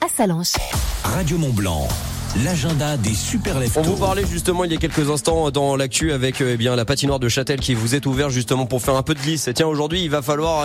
à Salanches. Radio Mont Blanc, l'agenda des super leftos. On vous parlait justement il y a quelques instants dans l'actu avec euh, eh bien la patinoire de Châtel qui vous est ouverte justement pour faire un peu de glisse. Et tiens, aujourd'hui, il va falloir